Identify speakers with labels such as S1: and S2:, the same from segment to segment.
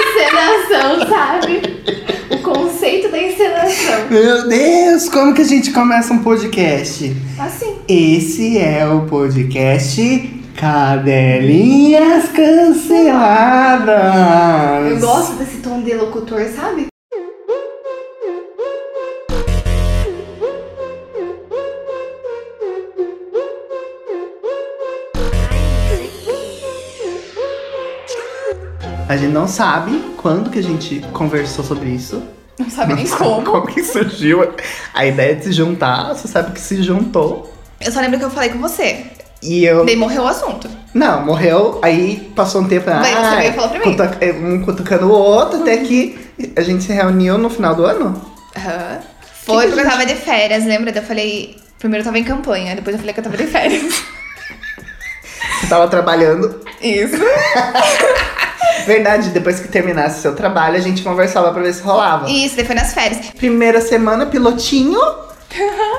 S1: encenação, sabe? O conceito da encenação.
S2: Meu Deus, como que a gente começa um podcast?
S1: Assim.
S2: Esse é o podcast Cadelinhas Canceladas.
S1: Eu gosto desse tom de locutor, sabe?
S2: A gente não sabe quando que a gente conversou sobre isso.
S1: Não sabe nem
S2: Não sabe
S1: como.
S2: Como que surgiu a ideia de se juntar. Você sabe que se juntou.
S1: Eu só lembro que eu falei com você.
S2: E eu...
S1: Daí morreu o assunto.
S2: Não, morreu. Aí passou um tempo.
S1: Daí você
S2: ah,
S1: veio falar pra mim.
S2: cutuca- é, um cutucando o outro. Até que a gente se reuniu no final do ano.
S1: Aham. Foi porque
S2: Que que a
S1: eu
S2: gente-
S1: tava de férias, lembra? Daí eu falei. Primeiro eu tava em campanha, depois eu falei que eu tava de férias.
S2: Você tava trabalhando.
S1: Isso.
S2: Verdade, depois que terminasse seu trabalho, a gente conversava pra ver se rolava.
S1: Isso, daí foi nas férias.
S2: Primeira semana, pilotinho.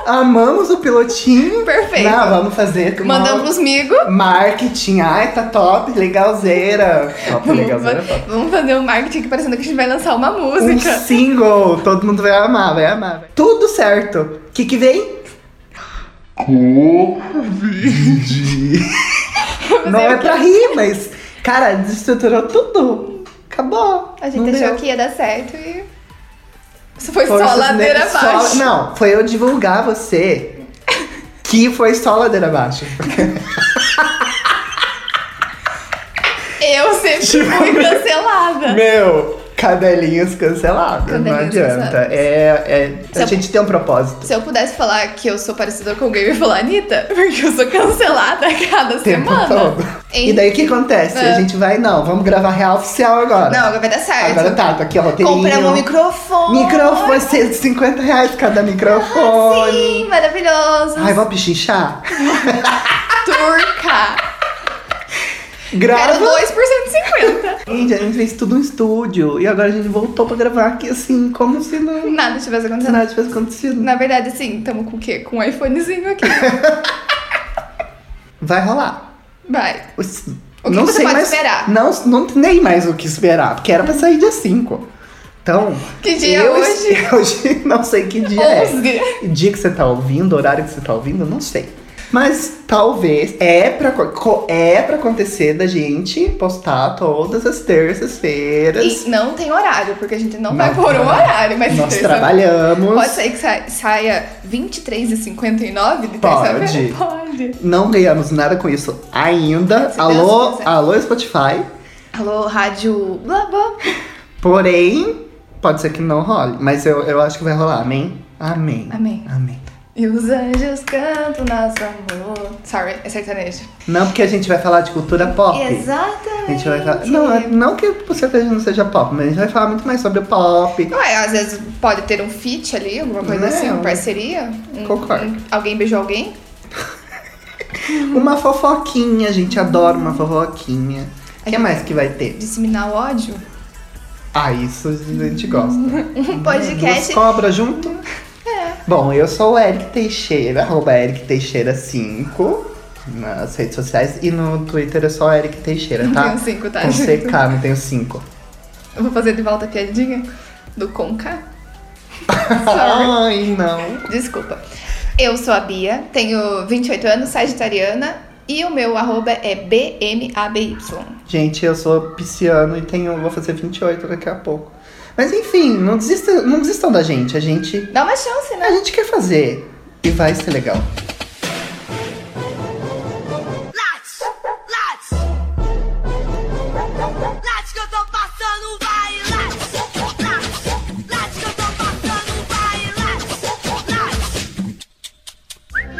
S2: Amamos o pilotinho.
S1: Perfeito.
S2: Não, vamos fazer. uma-
S1: Mandamos pros migo.
S2: Marketing. Ai, tá top, legalzeira. Top, legalzeira, top.
S1: Vamos fazer um marketing aqui parecendo que a gente vai lançar uma
S2: Um
S1: música.
S2: single, todo mundo vai amar, vai amar. vai. Tudo certo. O que que vem? Covid. Não é pra rir, mas, cara, desestruturou tudo. Acabou.
S1: A
S2: Não
S1: gente achou
S2: deu.
S1: que ia dar certo e. Isso foi só
S2: Forças
S1: ladeira
S2: ne- só-
S1: abaixo.
S2: Não, foi eu divulgar você que foi só ladeira abaixo.
S1: Eu sempre
S2: Tipo,
S1: fui cancelada.
S2: Meu, cadelinhos cancelados. não
S1: Cadelinhos
S2: adianta.
S1: cancelados.
S2: É, é- a
S1: Seu-
S2: gente tem um propósito.
S1: Se eu pudesse falar que eu sou parecida com alguém, eu ia falar Anitta, porque eu sou cancelada a cada
S2: O tempo
S1: semana.
S2: todo.
S1: Em-
S2: E daí o que acontece?
S1: É.
S2: A gente vai, não, vamos gravar real oficial agora.
S1: Não, é, agora vai dar certo.
S2: Agora tá, tá aqui, ó, roteirinho.
S1: Compramos um microfone.
S2: Microfone, 150 reais cada
S1: Ah,
S2: microfone.
S1: Sim, maravilhoso.
S2: Ai, vou pichinchar?
S1: Turca. Era
S2: Grava.
S1: 2 por 150.
S2: Gente, a gente fez tudo no estúdio e agora a gente voltou pra gravar aqui assim, como se não
S1: Nada tivesse acontecido.
S2: nada tivesse acontecido.
S1: Na verdade, sim, tamo com o quê? Com um iPhonezinho aqui.
S2: Vai rolar.
S1: Vai.
S2: Os-
S1: O que você pode esperar?
S2: Não, não tem nem mais o que esperar, porque era pra sair dia 5. Então,
S1: Que dia é
S2: eu
S1: hoje?
S2: es- hoje não sei que dia é.
S1: 11.
S2: O Dia que você tá ouvindo, o horário que você tá ouvindo, eu não sei. Mas talvez é pra, co- co- é pra acontecer da gente postar todas as terças-feiras.
S1: E não tem horário, porque a gente não, vai
S2: É. Não
S1: pôr um
S2: tem.
S1: horário, mas
S2: Nós
S1: terça-
S2: trabalhamos.
S1: Pode sair que sa- saia 23h59 de
S2: Pode.
S1: terça-feira? Pode.
S2: Não ganhamos nada com isso ainda.
S1: Se Deus
S2: Alô,
S1: quiser.
S2: alô, Spotify.
S1: Alô, rádio blá blá.
S2: Porém, pode ser que não role. Mas eu, eu acho que vai rolar. Amém? Amém.
S1: Amém.
S2: Amém.
S1: E os anjos cantam nosso amor. Sorry, é sertanejo.
S2: Não porque a gente vai falar de cultura pop. A
S1: Exatamente.
S2: gente vai falar. Não, é- não que o sertanejo não seja pop, mas a gente vai falar muito mais sobre o pop.
S1: Ué, às vezes pode ter um feat ali, alguma coisa
S2: Não.
S1: assim, uma parceria. Um-
S2: Concordo.
S1: um- alguém beijou alguém? Uhum.
S2: Uma fofoquinha, a gente adora uma fofoquinha. O que mais que vai ter?
S1: Disseminar o ódio?
S2: Ah, isso a gente gosta.
S1: Um
S2: Duas
S1: podcast. É.
S2: cobras junto? Bom, eu sou o Eric Teixeira, arroba Eric Teixeira 5 nas redes sociais e no Twitter é só Eric Teixeira,
S1: Não
S2: tá?
S1: tenho cinco, tá,
S2: Com
S1: gente?
S2: CK, não tenho 5.
S1: Eu vou fazer de volta a piadinha do Conca. Sorry.
S2: Ai, não.
S1: Desculpa. Eu sou a Bia, tenho 28 anos, sagitariana e o meu arroba é BMABY.
S2: Gente, eu sou pisciano e tenho, vou fazer 28 daqui a pouco. Mas enfim, não, desista, não desistam da gente, a gente
S1: Dá uma chance,
S2: a
S1: né?
S2: gente quer fazer e vai ser legal.
S3: Late que eu tô passando, vai, late. Late, late que eu tô passando, vai,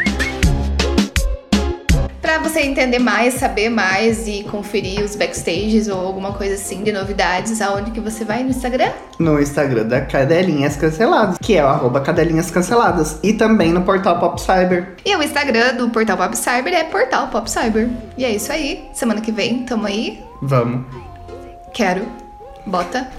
S3: late. Late.
S1: Pra você entender mais, saber mais e conferir os backstages ou alguma coisa assim de novidades, aonde que você vai no Instagram?
S2: No Instagram da Cadelinhas Canceladas, que é o arroba Cadelinhas Canceladas, e também no portal Pop Cyber.
S1: E o Instagram do Portal Pop Cyber é Portal Pop Cyber. E é isso aí. Semana que vem, tamo aí.
S2: Vamos.
S1: Quero. Bota.